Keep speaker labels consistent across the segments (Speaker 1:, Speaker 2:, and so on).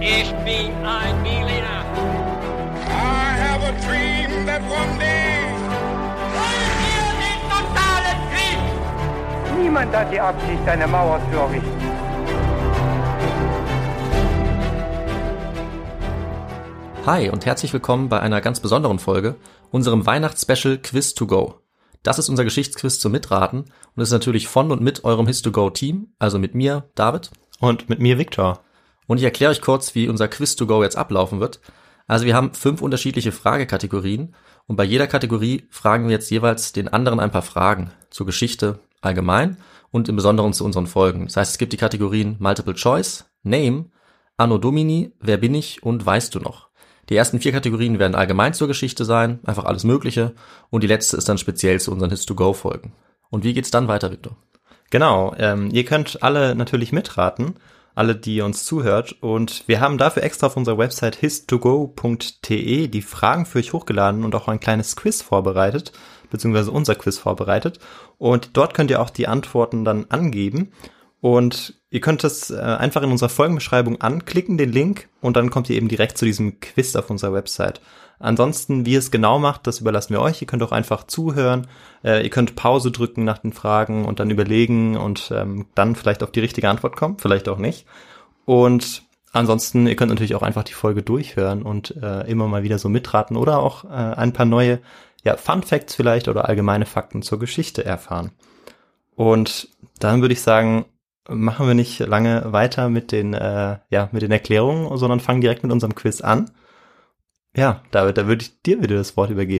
Speaker 1: Ich bin ein Berliner.
Speaker 2: I have a dream that one day
Speaker 1: Wollt ihr den totalen Krieg?
Speaker 3: Niemand hat die Absicht, eine Mauer zu errichten.
Speaker 4: Hi und herzlich willkommen bei einer ganz besonderen Folge, unserem Weihnachtsspecial Quiz to Go. Das ist unser Geschichtsquiz zum Mitraten und ist natürlich von und mit eurem His to Go Team, also mit mir, David.
Speaker 5: Und mit mir Viktor.
Speaker 4: Und ich erkläre euch kurz, wie unser Quiz to Go jetzt ablaufen wird. Also wir haben fünf unterschiedliche Fragekategorien und bei jeder Kategorie fragen wir jetzt jeweils den anderen ein paar Fragen zur Geschichte allgemein und im Besonderen zu unseren Folgen. Das heißt, es gibt die Kategorien Multiple Choice, Name, Anno Domini, Wer bin ich und Weißt du noch? Die ersten vier Kategorien werden allgemein zur Geschichte sein, einfach alles Mögliche. Und die letzte ist dann speziell zu unseren His-to-Go-Folgen. Und wie geht's dann weiter, Victor?
Speaker 5: Genau, ähm, ihr könnt alle natürlich mitraten, alle, die uns zuhört. Und wir haben dafür extra auf unserer Website histogo.de die Fragen für euch hochgeladen und auch ein kleines Quiz vorbereitet, beziehungsweise unser Quiz vorbereitet. Und dort könnt ihr auch die Antworten dann angeben. Und ihr könnt das äh, einfach in unserer Folgenbeschreibung anklicken, den Link, und dann kommt ihr eben direkt zu diesem Quiz auf unserer Website. Ansonsten, wie ihr es genau macht, das überlassen wir euch. Ihr könnt auch einfach zuhören, äh, ihr könnt Pause drücken nach den Fragen und dann überlegen und ähm, dann vielleicht auf die richtige Antwort kommen, vielleicht auch nicht. Und ansonsten, ihr könnt natürlich auch einfach die Folge durchhören und äh, immer mal wieder so mitraten oder auch äh, ein paar neue ja, Fun Facts vielleicht oder allgemeine Fakten zur Geschichte erfahren. Und dann würde ich sagen, machen wir nicht lange weiter mit den, äh, ja, mit den Erklärungen, sondern fangen direkt mit unserem Quiz an. Ja, David, da würde ich dir wieder das Wort übergeben.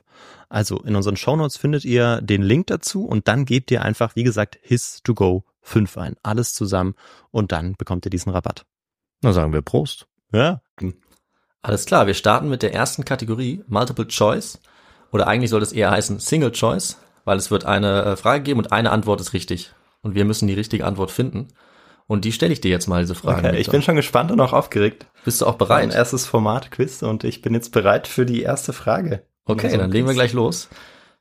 Speaker 5: Also in unseren Shownotes findet ihr den Link dazu und dann gebt ihr einfach, wie gesagt, HIS2GO5 ein. Alles zusammen und dann bekommt ihr diesen Rabatt.
Speaker 6: Na sagen wir Prost.
Speaker 5: Ja,
Speaker 4: Alles klar, wir starten mit der ersten Kategorie, Multiple Choice. Oder eigentlich soll es eher heißen Single Choice, weil es wird eine äh, Frage geben und eine Antwort ist richtig. Und wir müssen die richtige Antwort finden. Und die stelle ich dir jetzt mal, diese Fragen.
Speaker 5: okay, ich
Speaker 4: Victor.
Speaker 5: bin schon gespannt und auch aufgeregt.
Speaker 4: Bist du auch
Speaker 5: Ein
Speaker 4: bereit?
Speaker 5: erstes Format-Quiz und ich bin jetzt bereit für die erste Frage.
Speaker 4: Okay, dann legen wir gleich los.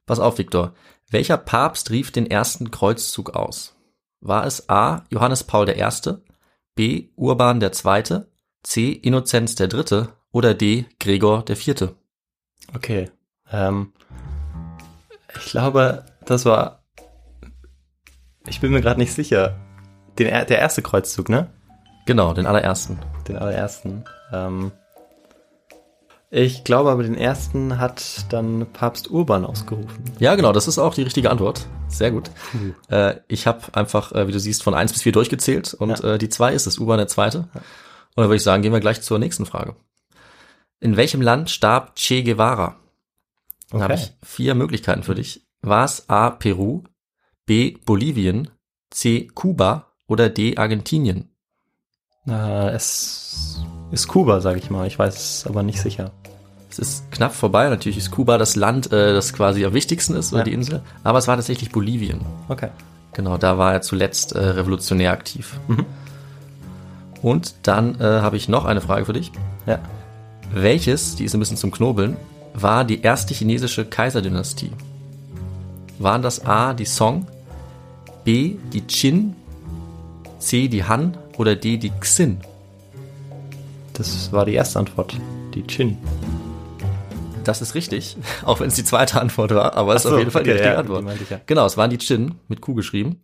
Speaker 4: Pass auf, Viktor. Welcher Papst rief den ersten Kreuzzug aus? War es A. Johannes Paul I., B. Urban II., C. Innozenz III. oder D. Gregor IV.?
Speaker 5: Okay. Ähm, ich glaube, das war. Ich bin mir gerade nicht sicher. Den, er- der erste Kreuzzug, ne?
Speaker 4: Genau, den allerersten.
Speaker 5: Den allerersten. Ähm, ich glaube aber, den ersten hat dann Papst Urban ausgerufen.
Speaker 4: Ja, genau, das ist auch die richtige Antwort. Sehr gut.
Speaker 5: Mhm.
Speaker 4: Äh, ich habe einfach, äh, wie du siehst, von 1 bis 4 durchgezählt und
Speaker 5: Ja.
Speaker 4: äh, die 2 ist es, U-Bahn der zweite. Und dann würde ich sagen, gehen wir gleich zur nächsten Frage. In welchem Land starb Che Guevara? Dann habe ich vier Möglichkeiten für dich. War es A. Peru, B. Bolivien, C. Kuba oder D. Argentinien?
Speaker 5: Äh, es ist Kuba, sage ich mal. Ich weiß es aber nicht sicher.
Speaker 4: Es ist knapp vorbei. Natürlich ist Kuba das Land, äh, das quasi am wichtigsten ist, oder
Speaker 5: Ja.
Speaker 4: die Insel. Aber es war tatsächlich Bolivien.
Speaker 5: Okay.
Speaker 4: Genau, da war er zuletzt äh, revolutionär aktiv.
Speaker 5: Mhm.
Speaker 4: Und dann äh, habe ich noch eine Frage für dich.
Speaker 5: Ja.
Speaker 4: Welches, die ist ein bisschen zum Knobeln, war die erste chinesische Kaiserdynastie? Waren das A, die Song, B, die Qin, C, die Han oder D, die Xin?
Speaker 5: Das war die erste Antwort. Die Chin.
Speaker 4: Das ist richtig, auch wenn es die zweite Antwort war, aber es ist
Speaker 5: so,
Speaker 4: auf jeden Fall die
Speaker 5: okay,
Speaker 4: richtige
Speaker 5: ja, die
Speaker 4: Antwort.
Speaker 5: meinte ich ja.
Speaker 4: Genau, es waren die Chin mit Q geschrieben.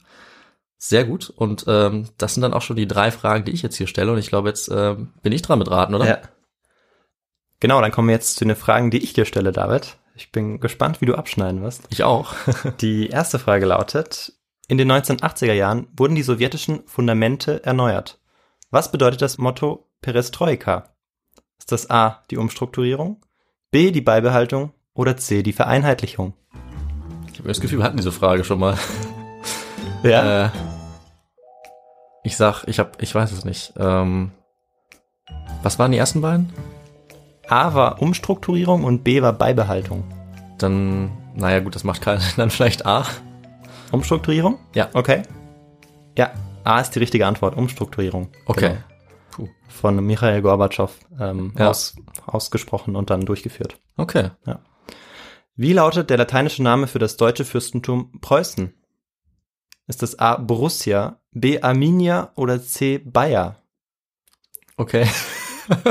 Speaker 4: Sehr gut. Und ähm, das sind dann auch schon die drei Fragen, die ich jetzt hier stelle. Und ich glaube, jetzt ähm, bin ich dran mit Raten, oder?
Speaker 5: Ja. Genau, dann kommen wir jetzt zu den Fragen, die ich dir stelle, David. Ich bin gespannt, wie du abschneiden wirst.
Speaker 4: Ich auch.
Speaker 5: Die erste Frage lautet, in den 1980er Jahren wurden die sowjetischen Fundamente erneuert. Was bedeutet das Motto Perestroika? Ist das A, die Umstrukturierung, B, die Beibehaltung oder C, die Vereinheitlichung?
Speaker 4: Ich habe das Gefühl, wir hatten diese Frage schon mal.
Speaker 5: Ja,
Speaker 4: Äh, ich sag, ich hab, ich weiß es nicht. Ähm, was waren die ersten beiden?
Speaker 5: A war Umstrukturierung und B war Beibehaltung.
Speaker 4: Dann, naja gut, das macht keiner. Dann vielleicht A.
Speaker 5: Umstrukturierung?
Speaker 4: Ja.
Speaker 5: Okay. Ja, A ist die richtige Antwort, Umstrukturierung.
Speaker 4: Okay.
Speaker 5: Genau. von Michael Gorbatschow ähm,
Speaker 4: Ja.
Speaker 5: aus, ausgesprochen und dann durchgeführt.
Speaker 4: Okay.
Speaker 5: Wie lautet der lateinische Name für das deutsche Fürstentum Preußen? Ist das A. Borussia, B. Arminia oder C. Bayer?
Speaker 4: Okay.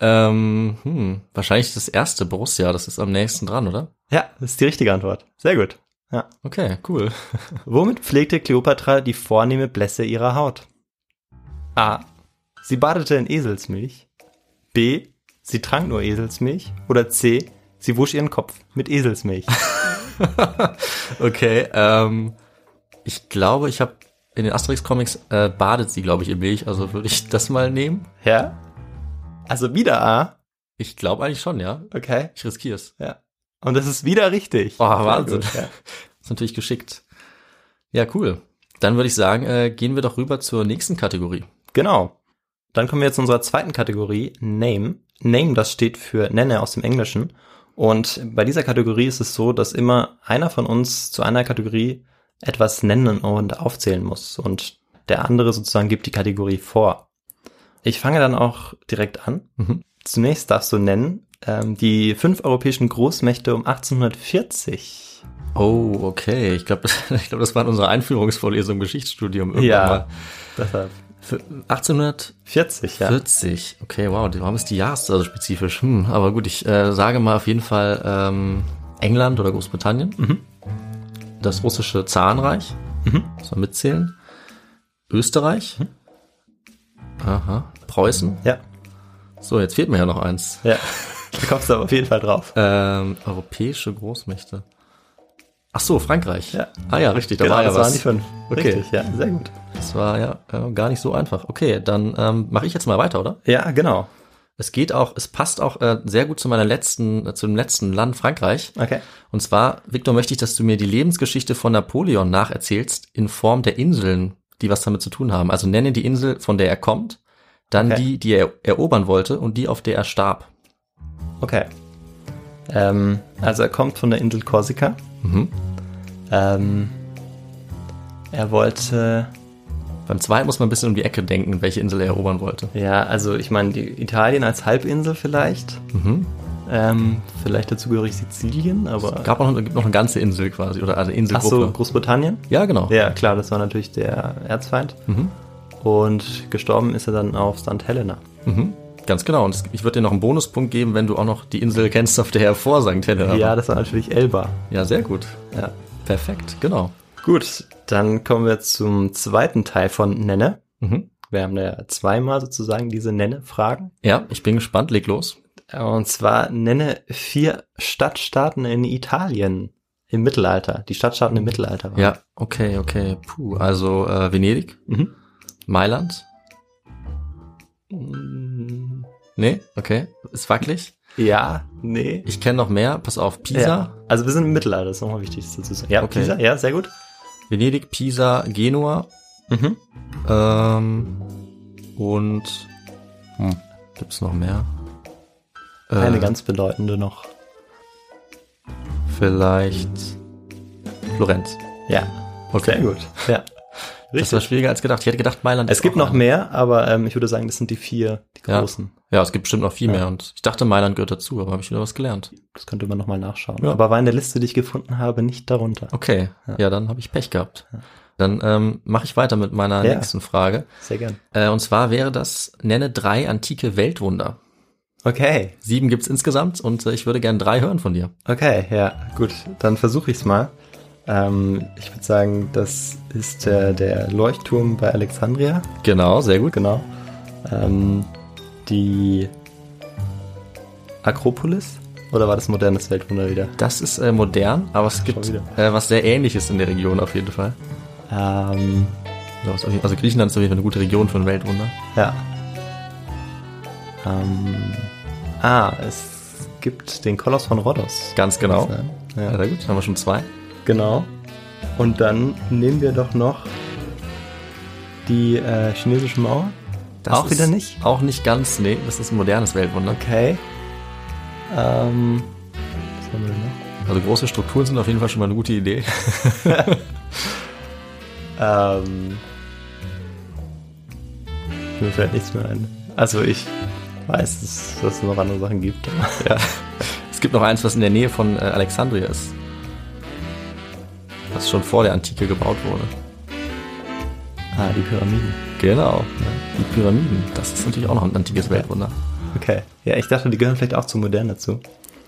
Speaker 4: ähm, hm, wahrscheinlich das erste Borussia, das ist am nächsten dran, oder?
Speaker 5: Ja, das ist die richtige Antwort. Sehr gut. Ja.
Speaker 4: Okay, cool.
Speaker 5: Womit pflegte Kleopatra die vornehme Blässe ihrer Haut? A. Sie badete in Eselsmilch. B. Sie trank nur Eselsmilch. Oder C. Sie wusch ihren Kopf mit Eselsmilch.
Speaker 4: Okay, ähm, ich glaube, ich habe in den Asterix-Comics äh, badet sie, glaube ich, in Milch, also würde ich das mal nehmen?
Speaker 5: ja? Also wieder A.
Speaker 4: Ich glaube eigentlich schon, ja.
Speaker 5: Okay.
Speaker 4: Ich riskiere es.
Speaker 5: Ja. Und das ist wieder richtig.
Speaker 4: Oh,
Speaker 5: Sehr
Speaker 4: Wahnsinn.
Speaker 5: gut, ja.
Speaker 4: Ist natürlich geschickt. Ja, cool. Dann würde ich sagen, äh, gehen wir doch rüber zur nächsten Kategorie.
Speaker 5: Genau. Dann kommen wir jetzt zu unserer zweiten Kategorie, Name. Name, das steht für Nenne aus dem Englischen. Und bei dieser Kategorie ist es so, dass immer einer von uns zu einer Kategorie etwas nennen und aufzählen muss. Und der andere sozusagen gibt die Kategorie vor. Ich fange dann auch direkt an.
Speaker 4: Mhm.
Speaker 5: Zunächst darfst du nennen ähm, die fünf europäischen Großmächte um 1840.
Speaker 4: Oh, okay. Ich glaube, ich glaub, das war in unserer Einführungsvorlesung im Geschichtsstudium irgendwann
Speaker 5: Ja.
Speaker 4: mal.
Speaker 5: Deshalb
Speaker 4: Für 1800
Speaker 5: 40, ja.
Speaker 4: 40, okay, wow, die- warum ist die Jahreszahl so spezifisch? Hm, aber gut, ich äh, sage mal auf jeden Fall ähm, England oder Großbritannien.
Speaker 5: Mhm.
Speaker 4: Das russische Zarenreich, muss man mitzählen. Österreich.
Speaker 5: Mhm.
Speaker 4: Aha, Preußen.
Speaker 5: Ja,
Speaker 4: So, jetzt fehlt mir ja noch eins.
Speaker 5: ja. Da kommst du aber auf jeden Fall drauf.
Speaker 4: Ähm, europäische Großmächte. Ach so, Frankreich.
Speaker 5: Ja.
Speaker 4: Ah ja, richtig, da
Speaker 5: Genau,
Speaker 4: war ja
Speaker 5: das
Speaker 4: was.
Speaker 5: waren die fünf.
Speaker 4: Okay.
Speaker 5: Richtig, ja, sehr gut.
Speaker 4: Das war ja äh, gar nicht so einfach. Okay, dann ähm, mache ich jetzt mal weiter, oder?
Speaker 5: Ja, genau.
Speaker 4: Es geht auch, es passt auch äh, sehr gut zu meiner letzten, äh, zu dem letzten Land Frankreich.
Speaker 5: Okay.
Speaker 4: Und zwar, Victor, möchte ich, dass du mir die Lebensgeschichte von Napoleon nacherzählst in Form der Inseln, die was damit zu tun haben. Also nenne die Insel, von der er kommt, dann
Speaker 5: Okay.
Speaker 4: die, die er erobern wollte und die, auf der er starb.
Speaker 5: Okay. Ähm, also er kommt von der Insel Korsika.
Speaker 4: Mhm.
Speaker 5: Ähm, er wollte,
Speaker 4: Beim zweiten muss man ein bisschen um die Ecke denken, welche Insel er erobern wollte.
Speaker 5: ja, also ich meine, die- Italien als Halbinsel vielleicht.
Speaker 4: Mhm.
Speaker 5: Ähm, vielleicht dazugehörig Sizilien, aber.
Speaker 4: Gab noch, gibt noch eine ganze Insel quasi oder eine
Speaker 5: Ach so,
Speaker 4: Inselgruppe.
Speaker 5: Großbritannien?
Speaker 4: ja, genau.
Speaker 5: Ja, klar, das war natürlich der Erzfeind.
Speaker 4: Mhm.
Speaker 5: Und gestorben ist er dann auf St. Helena.
Speaker 4: Ganz genau. Und es, ich würde dir noch einen Bonuspunkt geben, wenn du auch noch die Insel kennst, auf der er vor St. Helena
Speaker 5: Ja,
Speaker 4: war.
Speaker 5: das war natürlich Elba.
Speaker 4: Ja, sehr gut.
Speaker 5: Ja.
Speaker 4: Perfekt, genau.
Speaker 5: Gut, dann kommen wir zum zweiten Teil von Nenne.
Speaker 4: Mhm.
Speaker 5: Wir haben ja zweimal sozusagen diese Nenne-Fragen.
Speaker 4: Ja, ich bin gespannt. Leg los.
Speaker 5: Und zwar nenne vier Stadtstaaten in Italien im Mittelalter. Die Stadtstaaten im Mittelalter waren.
Speaker 4: Ja, okay, okay. Puh, also äh, Venedig,
Speaker 5: Mhm.
Speaker 4: Mailand.
Speaker 5: Mm,
Speaker 4: Nee, okay. Ist wackelig.
Speaker 5: Ja, nee.
Speaker 4: Ich kenne noch mehr. Pass auf, Pisa.
Speaker 5: Ja. Also wir sind im Mittelalter, das ist nochmal wichtig dazu zu sagen. Ja,
Speaker 4: Okay.
Speaker 5: Pisa, ja, sehr gut.
Speaker 4: Venedig, Pisa, Genua
Speaker 5: Mhm.
Speaker 4: ähm, und hm, gibt's noch mehr?
Speaker 5: Eine
Speaker 4: Äh,
Speaker 5: ganz bedeutende noch.
Speaker 4: Vielleicht Florenz.
Speaker 5: Ja,
Speaker 4: Okay.
Speaker 5: sehr gut. Ja.
Speaker 4: Das war
Speaker 5: Richtig.
Speaker 4: schwieriger als gedacht. Ich hätte gedacht, Mailand.
Speaker 5: Es
Speaker 4: ist
Speaker 5: gibt
Speaker 4: auch
Speaker 5: noch
Speaker 4: eine.
Speaker 5: mehr, aber ähm, ich würde sagen, das sind die vier, die
Speaker 4: Ja.
Speaker 5: großen.
Speaker 4: Ja, es gibt bestimmt noch viel
Speaker 5: Ja.
Speaker 4: mehr. Und ich dachte, Mailand gehört dazu, aber habe ich wieder was gelernt.
Speaker 5: Das könnte man nochmal nachschauen.
Speaker 4: Ja. Oh.
Speaker 5: Aber war in der Liste, die ich gefunden habe, nicht darunter.
Speaker 4: Okay, ja,
Speaker 5: Ja.
Speaker 4: dann habe ich Pech gehabt. Dann ähm, mache ich weiter mit meiner
Speaker 5: Ja.
Speaker 4: nächsten Frage.
Speaker 5: Sehr gern.
Speaker 4: Äh, und zwar wäre das, nenne drei antike Weltwunder.
Speaker 5: Okay,
Speaker 4: Sieben gibt's insgesamt und äh, ich würde gerne drei hören von dir.
Speaker 5: okay, ja, gut. Dann versuche ich es mal. Ähm, ich würde sagen, das ist der, der Leuchtturm bei Alexandria.
Speaker 4: Genau, sehr gut.
Speaker 5: Genau. Ähm, die Akropolis? Oder war das modernes Weltwunder wieder?
Speaker 4: Das ist äh, modern, aber es gibt
Speaker 5: wieder.
Speaker 4: äh, was sehr ähnliches in der Region auf jeden Fall.
Speaker 5: Ähm,
Speaker 4: Ja, ist auf jeden- Also Griechenland ist auf jeden Fall eine gute Region für ein Weltwunder.
Speaker 5: ja. Ähm, ah, es gibt den Koloss von Rhodos.
Speaker 4: Ganz genau.
Speaker 5: Ja,
Speaker 4: Ja,
Speaker 5: ja.
Speaker 4: sehr gut, haben wir schon zwei.
Speaker 5: Genau. Und dann nehmen wir doch noch die äh, chinesische Mauer.
Speaker 4: Das
Speaker 5: Auch
Speaker 4: ist
Speaker 5: wieder nicht?
Speaker 4: Auch nicht ganz, nee, das ist ein modernes Weltwunder.
Speaker 5: Okay. Ähm, was haben wir denn noch?
Speaker 4: Also große Strukturen sind auf jeden Fall schon mal eine gute Idee.
Speaker 5: Ähm, mir fällt nichts mehr ein. Also ich weiß, dass, dass es noch andere Sachen gibt.
Speaker 4: Ja. Es gibt noch eins, was in der Nähe von äh, Alexandria ist. Was schon vor der Antike gebaut wurde.
Speaker 5: ah, die Pyramiden.
Speaker 4: Genau. Die Pyramiden. Das ist natürlich auch noch ein antikes Weltwunder.
Speaker 5: Okay. Ja, ich dachte, die gehören vielleicht auch zu modern dazu.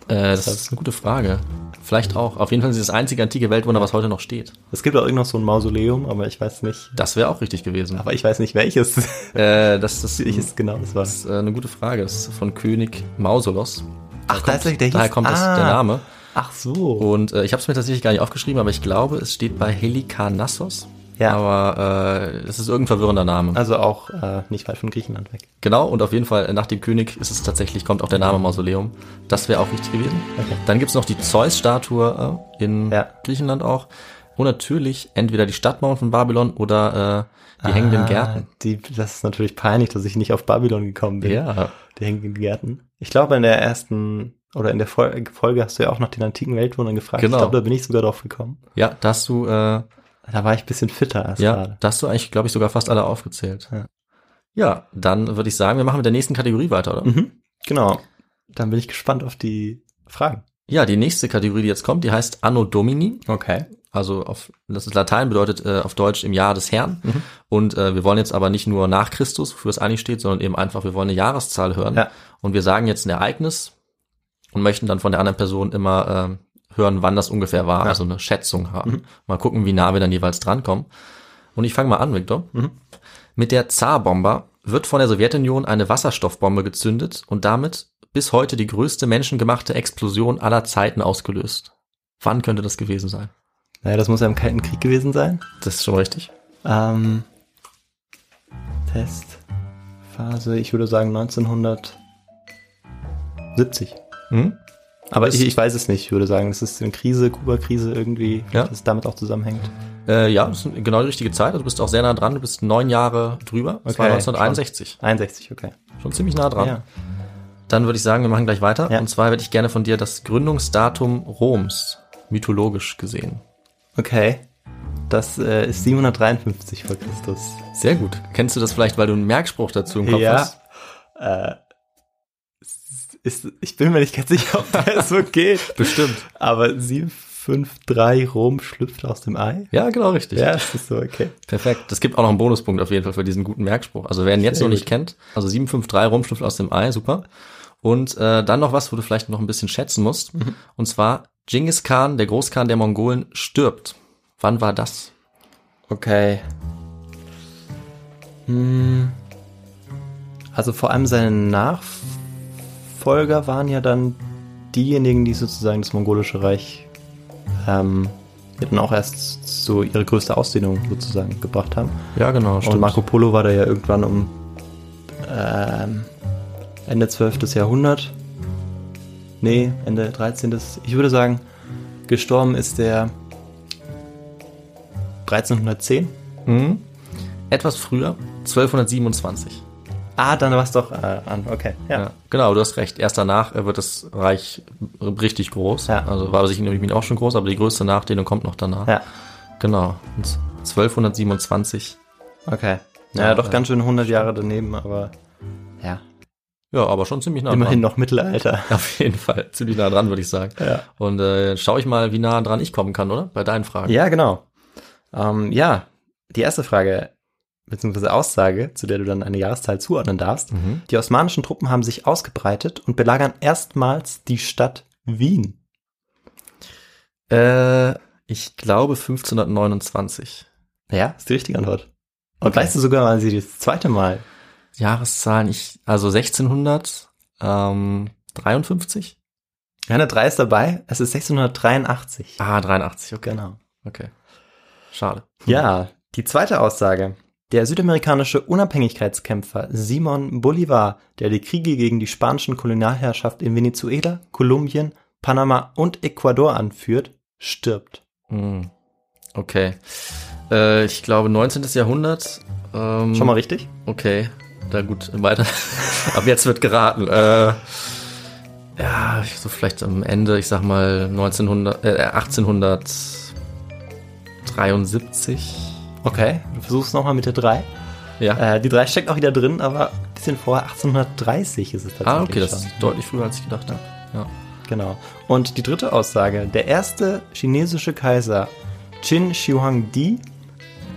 Speaker 4: Äh, das ist eine gute Frage. Vielleicht auch. Auf jeden Fall ist es das einzige antike Weltwunder, was heute noch steht.
Speaker 5: Es gibt auch irgendwo so ein Mausoleum, aber ich weiß nicht.
Speaker 4: Das wäre auch richtig gewesen.
Speaker 5: Aber ich weiß nicht welches.
Speaker 4: äh, das, das, das
Speaker 5: welches genau das war.
Speaker 4: ist äh, eine gute Frage. Das ist von König Mausolos.
Speaker 5: Ach,
Speaker 4: Kommt- daher kommt das,
Speaker 5: Ah.
Speaker 4: der Name.
Speaker 5: Ach so.
Speaker 4: Und äh, ich habe es mir tatsächlich gar nicht aufgeschrieben, aber ich glaube, es steht bei Helikarnassos.
Speaker 5: Ja.
Speaker 4: Aber äh, es ist irgendein verwirrender Name.
Speaker 5: Also auch äh, nicht weit von Griechenland weg.
Speaker 4: Genau, und auf jeden Fall äh, nach dem König ist es tatsächlich, kommt auch der Name Mausoleum. Das wäre auch richtig gewesen.
Speaker 5: Okay.
Speaker 4: Dann gibt's noch die Zeus-Statue äh, in
Speaker 5: Ja.
Speaker 4: Griechenland auch. Und natürlich entweder die Stadtmauern von Babylon oder äh, die hängenden Gärten.
Speaker 5: Ah, Die, das ist natürlich peinlich, dass ich nicht auf Babylon gekommen bin.
Speaker 4: Ja.
Speaker 5: Die hängenden Gärten. Ich glaube, in der ersten oder in der Fol Folge hast du ja auch nach den antiken Weltwundern gefragt.
Speaker 4: Genau.
Speaker 5: Ich glaube, da bin ich sogar drauf gekommen.
Speaker 4: Ja, da hast du, äh,
Speaker 5: Da war ich ein bisschen fitter als
Speaker 4: ja,
Speaker 5: gerade.
Speaker 4: da hast du eigentlich, glaube ich, sogar fast alle aufgezählt.
Speaker 5: Ja.
Speaker 4: Ja, dann würde ich sagen, wir machen mit der nächsten Kategorie weiter, oder?
Speaker 5: Mhm. Genau. Dann bin ich gespannt auf die Fragen.
Speaker 4: Ja, die nächste Kategorie, die jetzt kommt, die heißt Anno Domini.
Speaker 5: Okay.
Speaker 4: Also auf, das ist Latein bedeutet äh, auf Deutsch im Jahr des Herrn. Und äh, wir wollen jetzt aber nicht nur nach Christus, wofür es eigentlich steht, sondern eben einfach, wir wollen eine Jahreszahl hören.
Speaker 5: Ja.
Speaker 4: Und wir sagen jetzt ein Ereignis und möchten dann von der anderen Person immer ähm, hören, wann das ungefähr war. Also eine Schätzung haben. Mal gucken, wie nah wir dann jeweils drankommen. Und ich fange mal an, Victor. Mit der Zar-Bomber wird von der Sowjetunion eine Wasserstoffbombe gezündet und damit bis heute die größte menschengemachte Explosion aller Zeiten ausgelöst. Wann könnte das gewesen sein?
Speaker 5: Naja, das muss ja im Kalten Krieg gewesen sein.
Speaker 4: Das ist schon richtig.
Speaker 5: Ähm, Testphase, ich würde sagen 1900. 70.
Speaker 4: Hm?
Speaker 5: Aber ich, ich weiß es nicht, ich würde sagen, das ist eine Krise, Kuba-Krise irgendwie,
Speaker 4: Ja.
Speaker 5: dass es damit auch zusammenhängt.
Speaker 4: Äh, ja, das ist genau die richtige Zeit. Also Du bist auch sehr nah dran. Du bist neun Jahre drüber. Das war
Speaker 5: Okay,
Speaker 4: 1961.
Speaker 5: 61, okay.
Speaker 4: Schon, ziemlich nah dran.
Speaker 5: Ja.
Speaker 4: Dann würde ich sagen, wir machen gleich weiter.
Speaker 5: Ja.
Speaker 4: Und zwar würde ich gerne von dir das Gründungsdatum Roms mythologisch gesehen.
Speaker 5: Okay. Das äh, ist 753 vor Christus.
Speaker 4: Sehr gut. Kennst du das vielleicht, weil du einen Merkspruch dazu im Kopf hast?
Speaker 5: Äh, es ist, ich bin mir nicht ganz sicher, ob das so geht.
Speaker 4: Bestimmt.
Speaker 5: Aber 753 Rom schlüpft aus dem Ei.
Speaker 4: Ja, genau richtig.
Speaker 5: Ja, das ist so, okay.
Speaker 4: Perfekt. Das gibt auch noch einen Bonuspunkt auf jeden Fall für diesen guten Merkspruch. Also wer ihn jetzt
Speaker 5: Sehr
Speaker 4: noch nicht
Speaker 5: gut.
Speaker 4: kennt, also 753 Rumschlüffel aus dem Ei, super. Und äh, dann noch was, wo du vielleicht noch ein bisschen schätzen musst.
Speaker 5: Mhm.
Speaker 4: Und zwar Genghis Khan, der Großkhan der Mongolen, stirbt. Wann war das?
Speaker 5: Okay. Hm. Also vor allem seine Nachfolger waren ja dann diejenigen, die sozusagen das mongolische Reich ähm, ja dann auch erst so ihre größte Ausdehnung sozusagen gebracht haben.
Speaker 4: Ja, genau.
Speaker 5: Und Marco Polo war da ja irgendwann um ähm, Ende 12. Jahrhundert. Nee, Ende 13. Ich würde sagen, gestorben ist der 1310.
Speaker 4: Etwas früher, 1227.
Speaker 5: Ah, dann war es doch äh, an. Okay, ja.
Speaker 4: Ja, genau, du hast recht. Erst danach äh, wird das Reich r- richtig groß.
Speaker 5: Ja.
Speaker 4: Also war sich nämlich auch schon groß, aber die größte Nachdehnung kommt noch danach.
Speaker 5: Ja,
Speaker 4: Genau. Und 1227.
Speaker 5: okay.
Speaker 4: Ja,
Speaker 5: Ja, doch
Speaker 4: äh,
Speaker 5: ganz schön 100 Jahre daneben, aber ja.
Speaker 4: Ja, aber schon ziemlich nah. dran.
Speaker 5: Immerhin noch Mittelalter.
Speaker 4: Auf jeden Fall. Ziemlich nah dran, würde ich sagen.
Speaker 5: Ja.
Speaker 4: Und äh, schaue ich mal, wie nah dran ich kommen kann, oder? Bei deinen Fragen.
Speaker 5: Ja, genau. Ähm, ja, die erste Frage bzw. Aussage, zu der du dann eine Jahreszahl zuordnen darfst.
Speaker 4: Mhm.
Speaker 5: Die osmanischen Truppen haben sich ausgebreitet und belagern erstmals die Stadt Wien.
Speaker 4: Äh, ich glaube 1529.
Speaker 5: Ja, ist die richtige Antwort. Und weißt du sogar, wann sie das zweite Mal?
Speaker 4: Jahreszahlen, ich, also 1653? Ähm, 53?
Speaker 5: Ja, eine 3 ist dabei. Es ist 683.
Speaker 4: ah, 83, okay.
Speaker 5: Genau.
Speaker 4: okay. Schade.
Speaker 5: Ja, die zweite Aussage. Der südamerikanische Unabhängigkeitskämpfer Simon Bolivar, der die Kriege gegen die spanischen Kolonialherrschaft in Venezuela, Kolumbien, Panama und Ecuador anführt, stirbt.
Speaker 4: Hm. Okay. Äh, ich glaube 19. Jahrhundert. Ähm,
Speaker 5: Schon mal richtig?
Speaker 4: Okay, da gut, weiter. Ab jetzt wird geraten. Äh, ja, ich- so vielleicht am Ende, ich sag mal 1900, äh, 1873.
Speaker 5: Okay, du versuchst nochmal mit der 3.
Speaker 4: Ja.
Speaker 5: Äh, die 3 steckt auch wieder drin, aber ein bisschen vorher, 1830 ist es tatsächlich.
Speaker 4: ah, okay, das
Speaker 5: schon.
Speaker 4: ist deutlich früher, als ich gedacht habe. Ja.
Speaker 5: Genau. Und die dritte Aussage. Der erste chinesische Kaiser, Qin Shi Huangdi,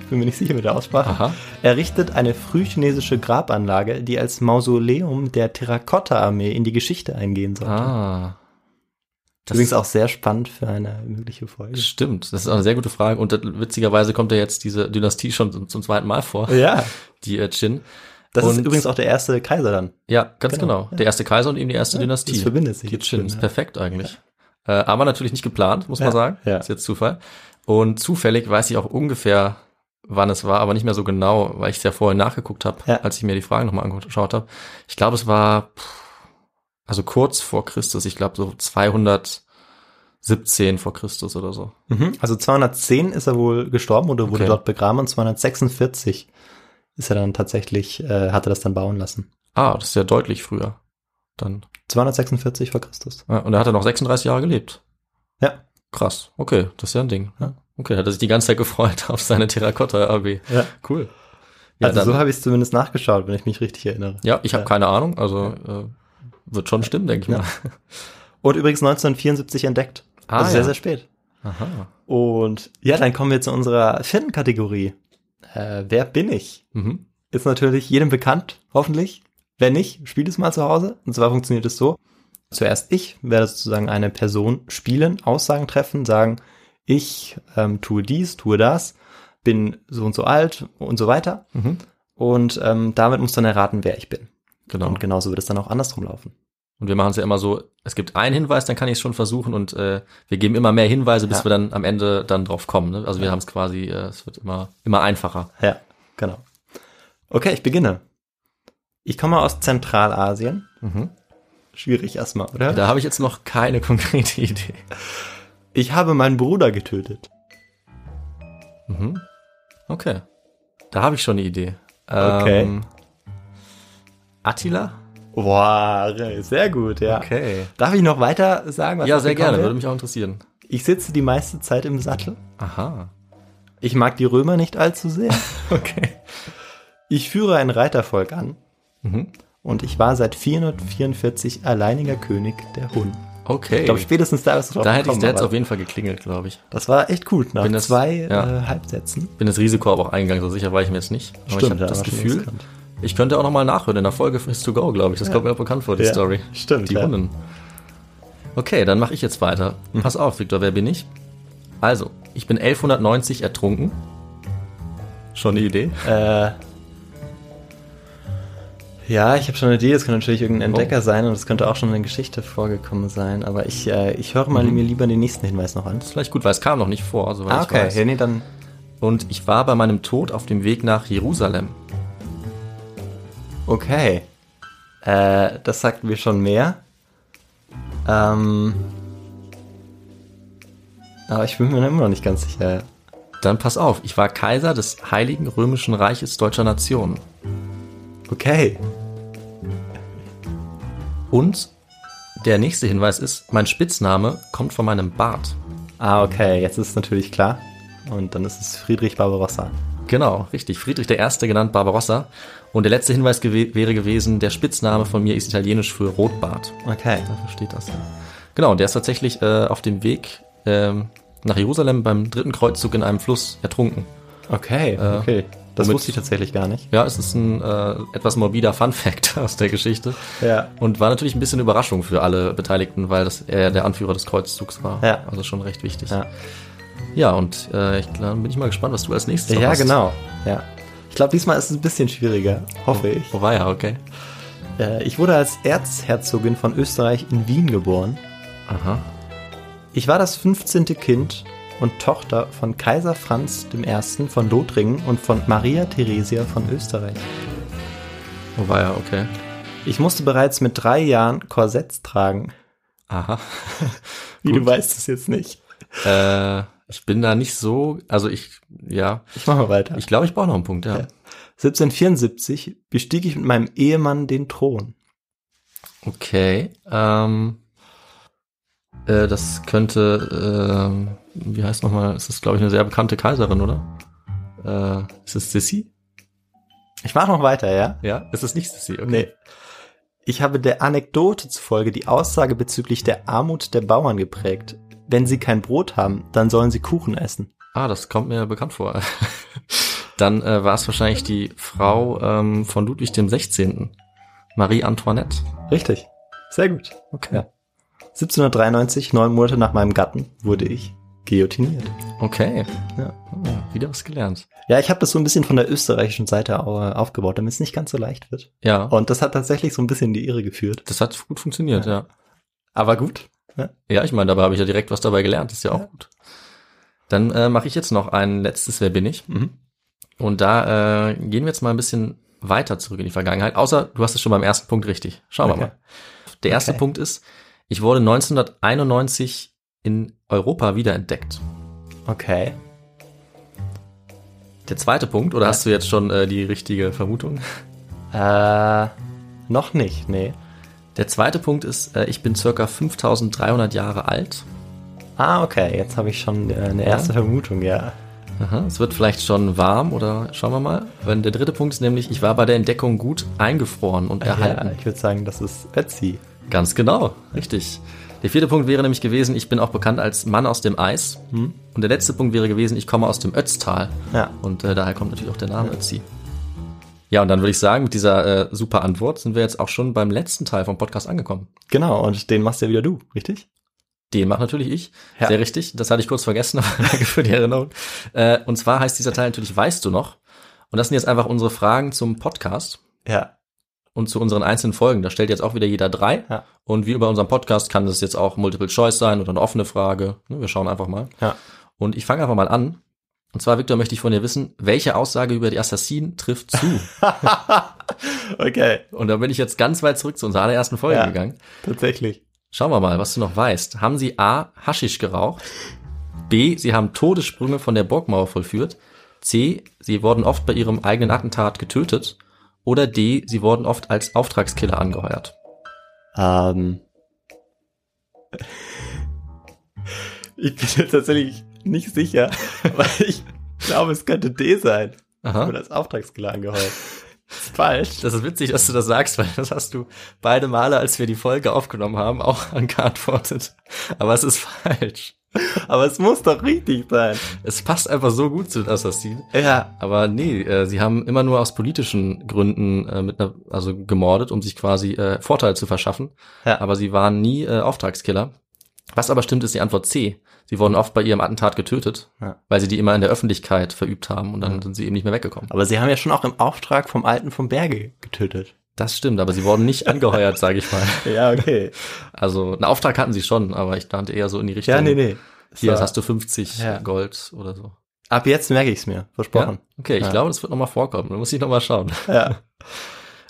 Speaker 5: ich bin mir nicht sicher mit der Aussprache,
Speaker 4: Aha.
Speaker 5: errichtet eine frühchinesische Grabanlage, die als Mausoleum der Terrakotta-Armee in die Geschichte eingehen sollte.
Speaker 4: Ah. Das
Speaker 5: Übrigens auch sehr spannend für eine mögliche Folge.
Speaker 4: Stimmt, das ist eine sehr gute Frage. Und das, witzigerweise kommt ja jetzt diese Dynastie schon zum, zum zweiten Mal vor,
Speaker 5: Ja,
Speaker 4: die äh, Qin.
Speaker 5: das ist
Speaker 4: Und-
Speaker 5: übrigens auch der erste Kaiser dann.
Speaker 4: Ja, ganz
Speaker 5: Genau,
Speaker 4: genau. Der erste Kaiser und eben die erste Dynastie.
Speaker 5: das verbindet sich
Speaker 4: Die
Speaker 5: jetzt
Speaker 4: Chin,
Speaker 5: schön,
Speaker 4: ist
Speaker 5: ja.
Speaker 4: perfekt eigentlich. Äh, aber natürlich nicht geplant, muss
Speaker 5: Ja,
Speaker 4: man sagen.
Speaker 5: ja.
Speaker 4: Ist jetzt Zufall. Und zufällig weiß ich auch ungefähr, wann es war, aber nicht mehr so genau, weil ich es ja vorher nachgeguckt habe,
Speaker 5: Ja.
Speaker 4: als ich mir die Fragen nochmal angeschaut habe. Ich glaube, es war pff, also kurz vor Christus, ich glaube so 217 vor Christus oder so.
Speaker 5: Also 210 ist er wohl gestorben oder wurde
Speaker 4: Mhm. Okay.
Speaker 5: dort begraben und 246 ist er dann tatsächlich, äh, hat er das dann bauen lassen.
Speaker 4: Ah, das ist ja deutlich früher. Dann.
Speaker 5: 246 vor Christus.
Speaker 4: Ah, Und er hat ja noch 36 Jahre gelebt.
Speaker 5: Ja.
Speaker 4: Krass. Okay, das ist ja ein Ding.
Speaker 5: Ja.
Speaker 4: Okay, hat er sich die ganze Zeit gefreut auf seine Terrakotta-AB.
Speaker 5: Ja.
Speaker 4: Cool. Ja,
Speaker 5: Also
Speaker 4: dann,
Speaker 5: so habe ich es zumindest nachgeschaut, wenn ich mich richtig erinnere.
Speaker 4: ja ich habe
Speaker 5: Ja.
Speaker 4: keine Ahnung, also äh, wird schon stimmen, denke ich
Speaker 5: Ja.
Speaker 4: mal.
Speaker 5: Und übrigens 1974 entdeckt.
Speaker 4: Ah,
Speaker 5: also
Speaker 4: ja.
Speaker 5: sehr, sehr spät.
Speaker 4: Aha.
Speaker 5: Und ja, dann kommen wir zu unserer vierten Kategorie. Äh, wer bin ich?
Speaker 4: Mhm.
Speaker 5: Ist natürlich jedem bekannt, hoffentlich. Wenn nicht, spielt es mal zu Hause. Und zwar funktioniert es so. Zuerst ich werde sozusagen eine Person spielen, Aussagen treffen, sagen, ich ähm, tue dies, tue das, bin so und so alt und so weiter.
Speaker 4: Mhm.
Speaker 5: Und ähm, damit muss dann erraten, wer ich bin.
Speaker 4: Genau.
Speaker 5: Und genauso wird es dann auch andersrum laufen.
Speaker 4: Und wir machen es ja immer so, es gibt einen Hinweis, dann kann ich es schon versuchen und äh, wir geben immer mehr Hinweise, bis
Speaker 5: Ja.
Speaker 4: wir dann am Ende dann drauf kommen. Ne? Also wir haben es quasi, äh, es wird immer, immer einfacher.
Speaker 5: Ja, genau.
Speaker 4: Mhm.
Speaker 5: Okay, ich beginne. Ich komme aus Zentralasien, Schwierig erstmal, oder?
Speaker 4: Da habe ich jetzt noch keine konkrete Idee.
Speaker 5: Ich habe meinen Bruder getötet.
Speaker 4: Mhm. Okay. Da habe ich schon eine Idee. Ähm,
Speaker 5: Okay.
Speaker 4: Attila?
Speaker 5: Boah, sehr gut, ja.
Speaker 4: Okay.
Speaker 5: Darf ich noch weiter sagen, was
Speaker 4: Ja,
Speaker 5: ich
Speaker 4: sehr
Speaker 5: bekommen
Speaker 4: gerne.
Speaker 5: habe?
Speaker 4: Würde mich auch interessieren.
Speaker 5: Ich sitze die meiste Zeit im Sattel.
Speaker 4: Aha.
Speaker 5: Ich mag die Römer nicht allzu sehr.
Speaker 4: Okay.
Speaker 5: Ich führe ein Reitervolk an.
Speaker 4: Mhm.
Speaker 5: Und ich war seit 444 alleiniger König der Hunnen.
Speaker 4: Okay.
Speaker 5: Ich glaube, spätestens da ist es drauf
Speaker 4: da hätte ich
Speaker 5: gekommen,
Speaker 4: jetzt
Speaker 5: aber
Speaker 4: auf jeden Fall geklingelt, glaube ich.
Speaker 5: Das war echt gut nach
Speaker 4: Bin das-
Speaker 5: zwei
Speaker 4: ja.
Speaker 5: äh, Halbsätzen.
Speaker 4: Bin das Risiko aber auch eingegangen, so sicher war ich mir jetzt nicht. Aber ich
Speaker 5: Stimmt,
Speaker 4: habe
Speaker 5: ja,
Speaker 4: das
Speaker 5: war schon
Speaker 4: Gefühl,
Speaker 5: riskant.
Speaker 4: ich könnte auch nochmal nachhören in der Folge von His to Go, glaube ich. Das kommt mir auch bekannt vor, die
Speaker 5: Ja,
Speaker 4: Story.
Speaker 5: stimmt,
Speaker 4: Die
Speaker 5: ja.
Speaker 4: Hunden. Okay, dann mache ich jetzt weiter.
Speaker 5: Hm.
Speaker 4: Pass auf, Victor, wer bin ich? Also, ich bin 1190 ertrunken. Schon eine Idee?
Speaker 5: Ja, ich habe schon eine Idee, das könnte natürlich irgendein Entdecker sein und das könnte auch schon eine Geschichte vorgekommen sein, aber ich, äh, ich höre mal mir lieber den nächsten Hinweis noch an.
Speaker 4: Vielleicht gut, weil es kam noch nicht vor, soweit
Speaker 5: Ah, okay.
Speaker 4: ich
Speaker 5: Ja,
Speaker 4: weiß.
Speaker 5: nee, dann
Speaker 4: Und ich war bei meinem Tod auf dem Weg nach Jerusalem.
Speaker 5: Okay. Äh, das sagt mir schon mehr. Ähm. Aber ich bin mir immer noch nicht ganz sicher.
Speaker 4: Dann pass auf, ich war Kaiser des Heiligen Römischen Reiches deutscher Nation.
Speaker 5: Okay.
Speaker 4: Und der nächste Hinweis ist, mein Spitzname kommt von meinem Bart.
Speaker 5: Ah, okay. Jetzt ist es natürlich klar. Und dann ist es Friedrich Barbarossa.
Speaker 4: Genau, richtig. Friedrich I. genannt Barbarossa. Und der letzte Hinweis gewe wäre gewesen, der Spitzname von mir ist italienisch für Rotbart.
Speaker 5: Okay.
Speaker 4: Dafür steht das. Genau, und der ist tatsächlich äh, auf dem Weg ähm, nach Jerusalem beim dritten Kreuzzug in einem Fluss ertrunken.
Speaker 5: Okay. okay. Das
Speaker 4: womit-
Speaker 5: wusste ich tatsächlich gar nicht.
Speaker 4: Ja, es ist ein äh, etwas morbider Fun-Fact aus der Geschichte.
Speaker 5: Ja.
Speaker 4: Und war natürlich ein bisschen Überraschung für alle Beteiligten, weil das er der Anführer des Kreuzzugs war.
Speaker 5: Ja.
Speaker 4: Also schon recht wichtig.
Speaker 5: Ja.
Speaker 4: Ja, und äh, ich glaub, bin ich mal gespannt, was du als nächstes noch
Speaker 5: ja,
Speaker 4: hast.
Speaker 5: genau. Ja. Ich glaube, diesmal ist es ein bisschen schwieriger. Hoffe ich.
Speaker 4: Oh, war ja, okay.
Speaker 5: Äh, ich wurde als Erzherzogin von Österreich in Wien geboren.
Speaker 4: Aha.
Speaker 5: Ich war das 15. Kind und Tochter von Kaiser Franz I. von Lothringen und von Maria Theresia von Österreich.
Speaker 4: Oh, war ja, okay.
Speaker 5: Ich musste bereits mit drei Jahren Korsetts tragen.
Speaker 4: Aha.
Speaker 5: Wie du weißt es jetzt nicht.
Speaker 4: äh, ich bin da nicht so, also ich, ja,
Speaker 5: Ich mache mal weiter.
Speaker 4: ich glaube, ich brauche noch einen Punkt, ja.
Speaker 5: Ja. 1774 bestieg ich mit meinem Ehemann den Thron.
Speaker 4: Okay. Ähm, äh, das könnte, ähm, wie heißt nochmal, es ist, glaube ich, eine sehr bekannte Kaiserin, oder? Äh, ist es Sissi?
Speaker 5: Ich mache noch weiter, ja?
Speaker 4: Ja, es ist nicht Sissi, okay.
Speaker 5: Nee. Ich habe der Anekdote zufolge die Aussage bezüglich der Armut der Bauern geprägt. Wenn sie kein Brot haben, dann sollen sie Kuchen essen.
Speaker 4: Ah, das kommt mir bekannt vor. Dann äh, war es wahrscheinlich die Frau ähm, von Ludwig dem 16. Marie Antoinette.
Speaker 5: Richtig. Sehr gut. Okay. 1793, neun Monate nach meinem Gatten, wurde ich guillotiniert.
Speaker 4: Okay.
Speaker 5: Ja.
Speaker 4: Ah, wieder was gelernt.
Speaker 5: Ja, ich habe das so ein bisschen von der österreichischen Seite au- äh, aufgebaut, damit es nicht ganz so leicht wird.
Speaker 4: Ja.
Speaker 5: Und das hat tatsächlich so ein bisschen in die Irre geführt.
Speaker 4: das hat gut funktioniert, ja.
Speaker 5: Aber gut.
Speaker 4: Ja, ich meine, dabei habe ich ja direkt was dabei gelernt. Ist ja auch gut. Dann äh, mache ich jetzt noch ein letztes Wer bin ich?
Speaker 5: Mhm.
Speaker 4: Und da äh, gehen wir jetzt mal ein bisschen weiter zurück in die Vergangenheit. Außer du hast es schon beim ersten Punkt richtig. Schauen
Speaker 5: Okay.
Speaker 4: wir mal. Der erste
Speaker 5: Okay.
Speaker 4: Punkt ist, ich wurde 1991 in Europa wiederentdeckt.
Speaker 5: Okay.
Speaker 4: Der zweite Punkt, oder hast du jetzt schon äh, die richtige Vermutung?
Speaker 5: Äh, noch nicht, nee.
Speaker 4: Der zweite Punkt ist, äh, ich bin circa 5300 Jahre alt.
Speaker 5: Ah, okay, jetzt habe ich schon äh, eine erste Vermutung, ja.
Speaker 4: Aha, es wird vielleicht schon warm oder schauen wir mal. Wenn der dritte Punkt ist nämlich, ich war bei der Entdeckung gut eingefroren und erhalten.
Speaker 5: Ja, ich würde sagen, das ist Ötzi.
Speaker 4: Ganz genau, richtig. Der vierte Punkt wäre nämlich gewesen, ich bin auch bekannt als Mann aus dem Eis. Und der letzte Punkt wäre gewesen, ich komme aus dem Ötztal.
Speaker 5: Hm. Ja.
Speaker 4: Und äh, daher kommt natürlich auch der Name Ötzi. Ja, und dann würde ich sagen, mit dieser äh, super Antwort sind wir jetzt auch schon beim letzten Teil vom Podcast angekommen.
Speaker 5: Genau, und den machst ja wieder du, richtig?
Speaker 4: Den macht natürlich ich.
Speaker 5: Ja.
Speaker 4: Sehr richtig. Das hatte ich kurz vergessen, aber danke für die Erinnerung. Äh, und zwar heißt dieser Teil natürlich Weißt du noch? Und das sind jetzt einfach unsere Fragen zum Podcast
Speaker 5: Ja.
Speaker 4: und zu unseren einzelnen Folgen. Da stellt jetzt auch wieder jeder drei.
Speaker 5: Ja.
Speaker 4: Und wie über unseren Podcast kann das jetzt auch Multiple Choice sein oder eine offene Frage. Ne, Wir schauen einfach mal.
Speaker 5: Ja.
Speaker 4: Und ich fange einfach mal an. Und zwar, Victor, möchte ich von dir wissen, welche Aussage über die Assassinen trifft zu?
Speaker 5: Okay,
Speaker 4: Und da bin ich jetzt ganz weit zurück zu unserer allerersten Folge
Speaker 5: Ja.
Speaker 4: gegangen.
Speaker 5: tatsächlich.
Speaker 4: Schauen wir mal, was du noch weißt. Haben sie A. Haschisch geraucht? B. Sie haben Todessprünge von der Burgmauer vollführt? C. Sie wurden oft bei ihrem eigenen Attentat getötet? Oder D. Sie wurden oft als Auftragskiller angeheuert?
Speaker 5: Ähm. Ich bin jetzt tatsächlich nicht sicher, weil ich glaube, es könnte D sein.
Speaker 4: Aha.
Speaker 5: Oder als Auftragskiller angeheuert. Ist falsch.
Speaker 4: Das ist witzig, dass du das sagst, weil das hast du beide Male, als wir die Folge aufgenommen haben, auch angeantwortet. Aber es ist falsch.
Speaker 5: Aber es muss doch richtig sein.
Speaker 4: Es passt einfach so gut zu den Assassinen.
Speaker 5: Ja.
Speaker 4: Aber nee, äh, sie haben immer nur aus politischen Gründen äh, mit einer, also gemordet, um sich quasi äh, Vorteil zu verschaffen.
Speaker 5: Ja.
Speaker 4: Aber sie waren nie äh, Auftragskiller. Was aber stimmt, ist die Antwort C. Sie wurden oft bei ihrem Attentat getötet,
Speaker 5: Ja.
Speaker 4: weil sie die immer in der Öffentlichkeit verübt haben und dann sind sie eben nicht mehr weggekommen.
Speaker 5: Aber sie haben ja schon auch im Auftrag vom Alten vom Berge getötet.
Speaker 4: Das stimmt, aber sie wurden nicht angeheuert, sage ich mal.
Speaker 5: Ja, okay.
Speaker 4: Also einen Auftrag hatten sie schon, aber ich dachte eher so in die Richtung.
Speaker 5: Ja, nee, nee.
Speaker 4: Hier
Speaker 5: So.
Speaker 4: hast du 50
Speaker 5: Ja.
Speaker 4: Gold oder so.
Speaker 5: Ab jetzt merke ich es mir. Versprochen.
Speaker 4: Ja? Okay, ich
Speaker 5: Ja.
Speaker 4: glaube, das wird nochmal vorkommen. Da muss ich nochmal schauen.
Speaker 5: Ja.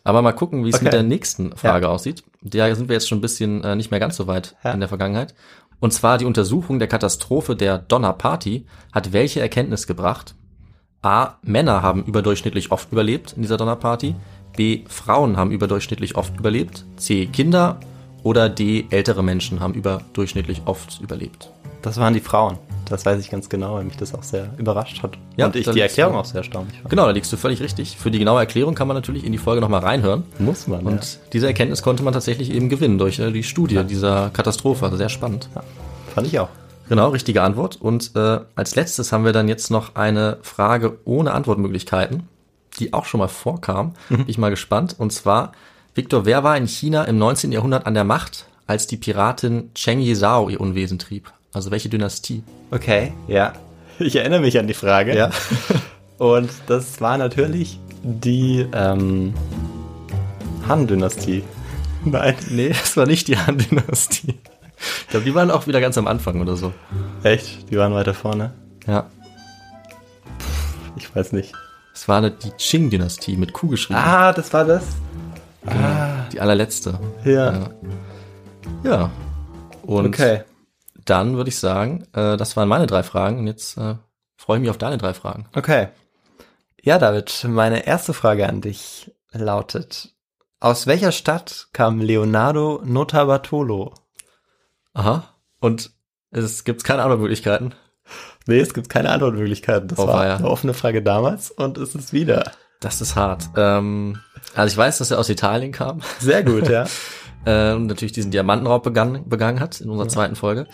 Speaker 4: Aber mal gucken, wie es
Speaker 5: Okay.
Speaker 4: mit der nächsten Frage aussieht. Da sind wir jetzt schon ein bisschen äh, nicht mehr ganz so weit
Speaker 5: Ja.
Speaker 4: in der Vergangenheit. Und zwar die Untersuchung der Katastrophe der Donnerparty hat welche Erkenntnis gebracht? A. Männer haben überdurchschnittlich oft überlebt in dieser Donnerparty. B. Frauen haben überdurchschnittlich oft überlebt. C. Kinder. Oder D. Ältere Menschen haben überdurchschnittlich oft überlebt.
Speaker 5: Das waren die Frauen. Das weiß ich ganz genau, weil mich das auch sehr überrascht hat.
Speaker 4: Ja,
Speaker 5: Und ich
Speaker 4: dann-
Speaker 5: die Erklärung auch sehr erstaunlich fand.
Speaker 4: Genau, da liegst du völlig richtig. Für die genaue Erklärung kann man natürlich in die Folge nochmal reinhören.
Speaker 5: Muss man.
Speaker 4: Und diese Erkenntnis konnte man tatsächlich eben gewinnen durch äh, die Studie dieser Katastrophe. Also sehr spannend.
Speaker 5: ja. Fand ich auch.
Speaker 4: Genau, richtige Antwort. Und äh, als letztes haben wir dann jetzt noch eine Frage ohne Antwortmöglichkeiten, die auch schon mal vorkam. Bin ich mal gespannt. Und zwar, Viktor, wer war in China im 19. Jahrhundert an der Macht, als die Piratin Cheng Yizhao ihr Unwesen trieb? Also welche Dynastie?
Speaker 5: Okay, ja. Ich erinnere mich an die Frage. Ja. Und das war natürlich die ähm, Han-Dynastie. Nein.
Speaker 4: Nee, es war nicht die Han-Dynastie. Ich glaube, die waren auch wieder ganz am Anfang oder so.
Speaker 5: Echt? Die waren weiter vorne?
Speaker 4: Ja.
Speaker 5: Ich weiß nicht.
Speaker 4: Es war eine- die Qing-Dynastie mit Q geschrieben.
Speaker 5: Ah, das war das?
Speaker 4: Die allerletzte.
Speaker 5: Ja.
Speaker 4: Ja. Und
Speaker 5: Okay.
Speaker 4: dann würde ich sagen, äh, das waren meine drei Fragen und jetzt äh, freue ich mich auf deine drei Fragen.
Speaker 5: Okay. Ja, David, meine erste Frage an dich lautet: Aus welcher Stadt kam Leonardo Notarbartolo?
Speaker 4: Aha. Und es gibt keine anderen Möglichkeiten.
Speaker 5: Nee, es gibt keine Antwortmöglichkeiten. Das
Speaker 4: Oh,
Speaker 5: war
Speaker 4: weia.
Speaker 5: eine offene Frage damals und es ist wieder.
Speaker 4: Das ist hart. Ähm, also ich weiß, dass er aus Italien kam
Speaker 5: Sehr gut, ja.
Speaker 4: äh, und natürlich diesen Diamantenraub begangen, begangen hat in unserer zweiten Folge.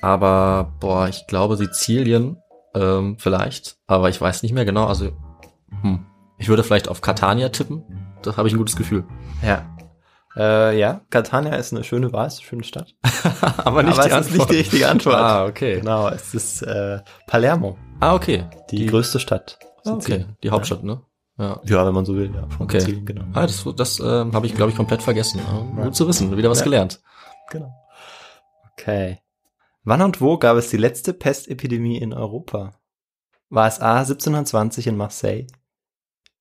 Speaker 4: Aber boah, ich glaube Sizilien ähm, vielleicht, aber ich weiß nicht mehr genau. Also hm. ich würde vielleicht auf Catania tippen. Da habe ich ein gutes Gefühl.
Speaker 5: Ja. Äh, ja, Catania ist eine schöne Wahl, ist eine schöne Stadt.
Speaker 4: aber
Speaker 5: Aber es ist nicht die richtige Antwort.
Speaker 4: Ah, okay.
Speaker 5: Genau, es ist äh, Palermo,
Speaker 4: Ah, okay.
Speaker 5: die, größte Stadt. auf
Speaker 4: Ah, okay.
Speaker 5: Sizilien.
Speaker 4: Die Hauptstadt, ne? Ja.
Speaker 5: Ja, wenn man so will, ja. Von
Speaker 4: Okay.
Speaker 5: Sizilien, genau.
Speaker 4: Ah, das das ähm, habe ich, glaube ich, komplett vergessen. Ähm,
Speaker 5: Ja.
Speaker 4: Gut zu wissen, wieder was
Speaker 5: Ja.
Speaker 4: gelernt.
Speaker 5: genau. Okay. Wann und wo gab es die letzte Pestepidemie in Europa? War es A 1720 in Marseille,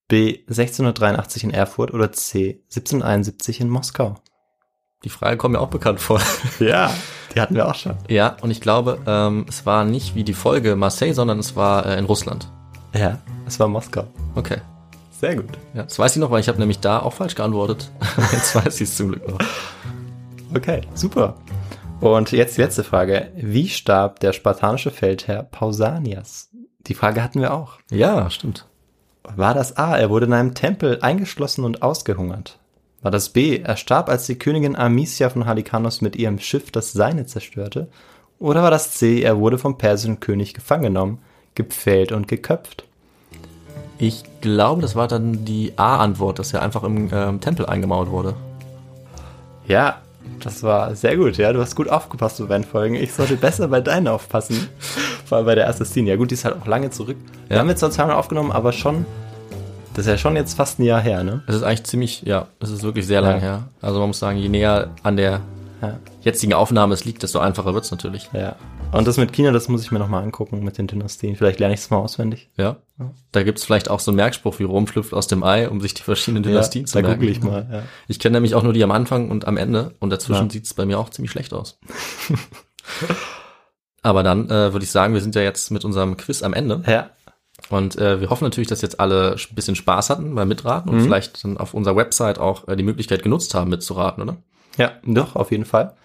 Speaker 5: B 1683 in Erfurt oder C 1771 in Moskau?
Speaker 4: Die Frage kommt mir auch bekannt vor.
Speaker 5: Ja, die hatten wir auch schon.
Speaker 4: ja, und ich glaube, ähm, es war nicht wie die Folge Marseille, sondern es war äh, in Russland.
Speaker 5: Ja, es war Moskau.
Speaker 4: Okay.
Speaker 5: Sehr gut.
Speaker 4: Ja, das weiß ich noch, weil ich habe nämlich da auch falsch geantwortet. Jetzt weiß ich es zum Glück noch.
Speaker 5: Okay, super. Und jetzt die letzte Frage. Wie starb der spartanische Feldherr Pausanias? Die Frage hatten wir auch.
Speaker 4: Ja, stimmt.
Speaker 5: War das A, er wurde in einem Tempel eingeschlossen und ausgehungert? War das B, er starb, als die Königin Amicia von Halikarnos mit ihrem Schiff das Seine zerstörte? Oder war das C, er wurde vom persischen König gefangen genommen, gepfählt und geköpft?
Speaker 4: Ich glaube, das war dann die A-Antwort, dass er einfach im ähm, Tempel eingemauert wurde.
Speaker 5: Ja, das war sehr gut, ja. Du hast gut aufgepasst bei meinen Folgen. Ich sollte besser bei deinen aufpassen. Vor allem bei der Assassine. Ja, gut, die ist halt auch lange zurück. Wir
Speaker 4: Ja.
Speaker 5: haben jetzt zwar zweimal aufgenommen, aber schon. Das ist ja schon jetzt fast ein Jahr her, ne?
Speaker 4: Es ist eigentlich ziemlich, ja, es ist wirklich sehr lang
Speaker 5: Ja.
Speaker 4: her. Also man muss sagen, je näher an der jetzigen Aufnahme es liegt, desto einfacher wird's natürlich.
Speaker 5: Ja. Und das mit China, das muss ich mir nochmal angucken mit den Dynastien. Vielleicht lerne ich es mal auswendig.
Speaker 4: Ja. Da gibt's vielleicht auch so einen Merkspruch wie Rom schlüpft aus dem Ei, um sich die verschiedenen Dynastien zu
Speaker 5: da
Speaker 4: merken.
Speaker 5: google ich mal. Ja.
Speaker 4: Ich kenne nämlich auch nur die am Anfang und am Ende und dazwischen
Speaker 5: Ja.
Speaker 4: sieht's bei mir auch ziemlich schlecht aus. Aber dann äh, würde ich sagen, wir sind ja jetzt mit unserem Quiz am Ende
Speaker 5: Ja,
Speaker 4: und äh, wir hoffen natürlich, dass jetzt alle sch- ein bisschen Spaß hatten beim Mitraten und
Speaker 5: Mhm.
Speaker 4: vielleicht dann auf unserer Website auch äh, die Möglichkeit genutzt haben, mitzuraten, oder?
Speaker 5: ja, doch, auf jeden Fall.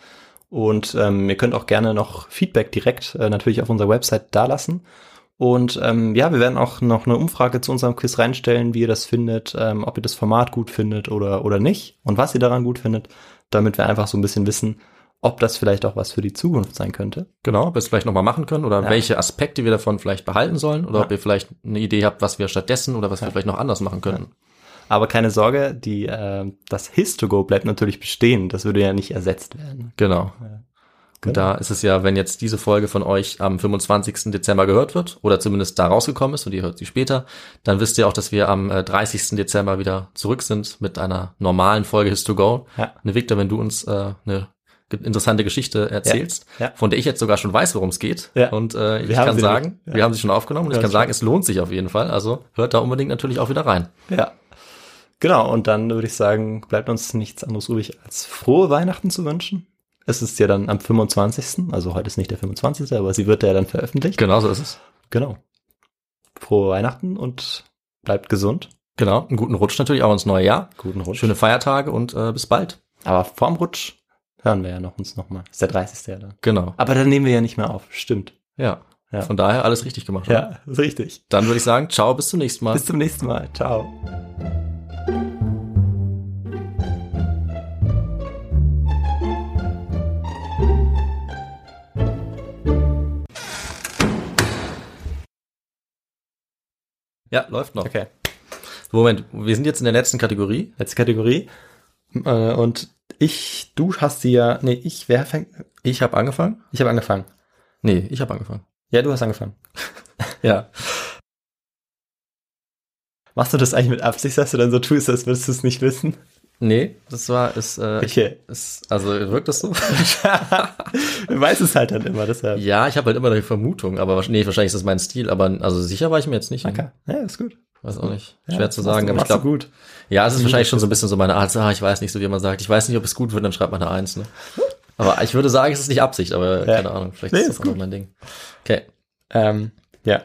Speaker 5: Und ähm, ihr könnt auch gerne noch Feedback direkt äh, natürlich auf unserer Website dalassen. Und ähm, ja, wir werden auch noch eine Umfrage zu unserem Quiz reinstellen, wie ihr das findet, ähm, ob ihr das Format gut findet oder, oder nicht und was ihr daran gut findet, damit wir einfach so ein bisschen wissen, ob das vielleicht auch was für die Zukunft sein könnte.
Speaker 4: Genau, ob wir es vielleicht nochmal machen können oder
Speaker 5: Ja.
Speaker 4: welche Aspekte wir davon vielleicht behalten sollen oder
Speaker 5: Ja.
Speaker 4: ob ihr vielleicht eine Idee habt, was wir stattdessen oder was wir vielleicht noch anders machen könnten.
Speaker 5: Aber keine Sorge, die, äh, das His-to-Go bleibt natürlich bestehen. Das würde ja nicht ersetzt werden.
Speaker 4: Genau.
Speaker 5: Genau.
Speaker 4: Und da ist es ja, wenn jetzt diese Folge von euch am 25. Dezember gehört wird oder zumindest da rausgekommen ist und ihr hört sie später, dann wisst ihr auch, dass wir am äh, 30. Dezember wieder zurück sind mit einer normalen Folge His to Go.
Speaker 5: Ja.
Speaker 4: Ne, Victor, wenn du uns äh, eine ge- interessante Geschichte erzählst,
Speaker 5: Ja.
Speaker 4: von der ich jetzt sogar schon weiß, worum es geht.
Speaker 5: Ja.
Speaker 4: Und äh, ich
Speaker 5: Wir haben
Speaker 4: kann
Speaker 5: sie
Speaker 4: sagen,
Speaker 5: nämlich. Ja.
Speaker 4: wir haben sie schon aufgenommen und
Speaker 5: Ja,
Speaker 4: ich kann
Speaker 5: das
Speaker 4: sagen, es lohnt sich auf jeden Fall. Also hört da unbedingt natürlich auch wieder rein.
Speaker 5: Ja. Genau, und dann würde ich sagen, bleibt uns nichts anderes übrig, als frohe Weihnachten zu wünschen. Es ist ja dann am 25., also heute ist nicht der 25., aber sie wird ja dann veröffentlicht.
Speaker 4: Genau so ist es.
Speaker 5: Genau. Frohe Weihnachten und bleibt gesund.
Speaker 4: Genau. Einen guten Rutsch natürlich auch ins neue Jahr.
Speaker 5: Guten Rutsch.
Speaker 4: Schöne Feiertage und äh, bis bald.
Speaker 5: Aber vorm Rutsch hören wir ja noch uns nochmal. Ist der 30. ja dann.
Speaker 4: Genau.
Speaker 5: Aber dann nehmen wir ja nicht mehr auf. Stimmt.
Speaker 4: Ja.
Speaker 5: Ja.
Speaker 4: Von daher alles richtig gemacht. oder?
Speaker 5: Ja, ist richtig.
Speaker 4: Dann würde ich sagen, ciao, bis zum nächsten Mal.
Speaker 5: Bis zum nächsten Mal. Ciao.
Speaker 4: ja, läuft noch.
Speaker 5: Okay.
Speaker 4: Moment, wir sind jetzt in der letzten Kategorie.
Speaker 5: Letzte Kategorie. Äh, Und ich, du hast die ja, nee, ich, wer fängt,
Speaker 4: Ich habe angefangen.
Speaker 5: ich habe angefangen.
Speaker 4: Nee, ich habe angefangen.
Speaker 5: Ja, du hast angefangen.
Speaker 4: Ja.
Speaker 5: Machst du das eigentlich mit Absicht, dass du dann so tust, als würdest du es nicht wissen?
Speaker 4: Nee, das war, ist, äh, ich-
Speaker 5: Okay.
Speaker 4: ist also wirkt das so?
Speaker 5: Du weißt es halt dann immer, deshalb.
Speaker 4: ja, ich habe halt immer die Vermutung, aber wahrsch- nee, wahrscheinlich ist das mein Stil, aber also sicher war ich mir jetzt nicht.
Speaker 5: Okay. Ja, ist gut.
Speaker 4: Weiß auch nicht.
Speaker 5: Ja,
Speaker 4: Schwer zu sagen, aber ich
Speaker 5: machst du
Speaker 4: glaube,
Speaker 5: gut.
Speaker 4: ja, es ist wahrscheinlich schon so ein bisschen so meine Art, so, ah, ich weiß nicht, so wie man sagt, ich weiß nicht, ob es gut wird, dann schreibt man eine Eins, ne? Aber ich würde sagen, es ist nicht Absicht, aber
Speaker 5: Ja.
Speaker 4: keine Ahnung, vielleicht
Speaker 5: Nee,
Speaker 4: ist
Speaker 5: ist
Speaker 4: das auch
Speaker 5: gut.
Speaker 4: mein Ding. Okay.
Speaker 5: Ähm, ja.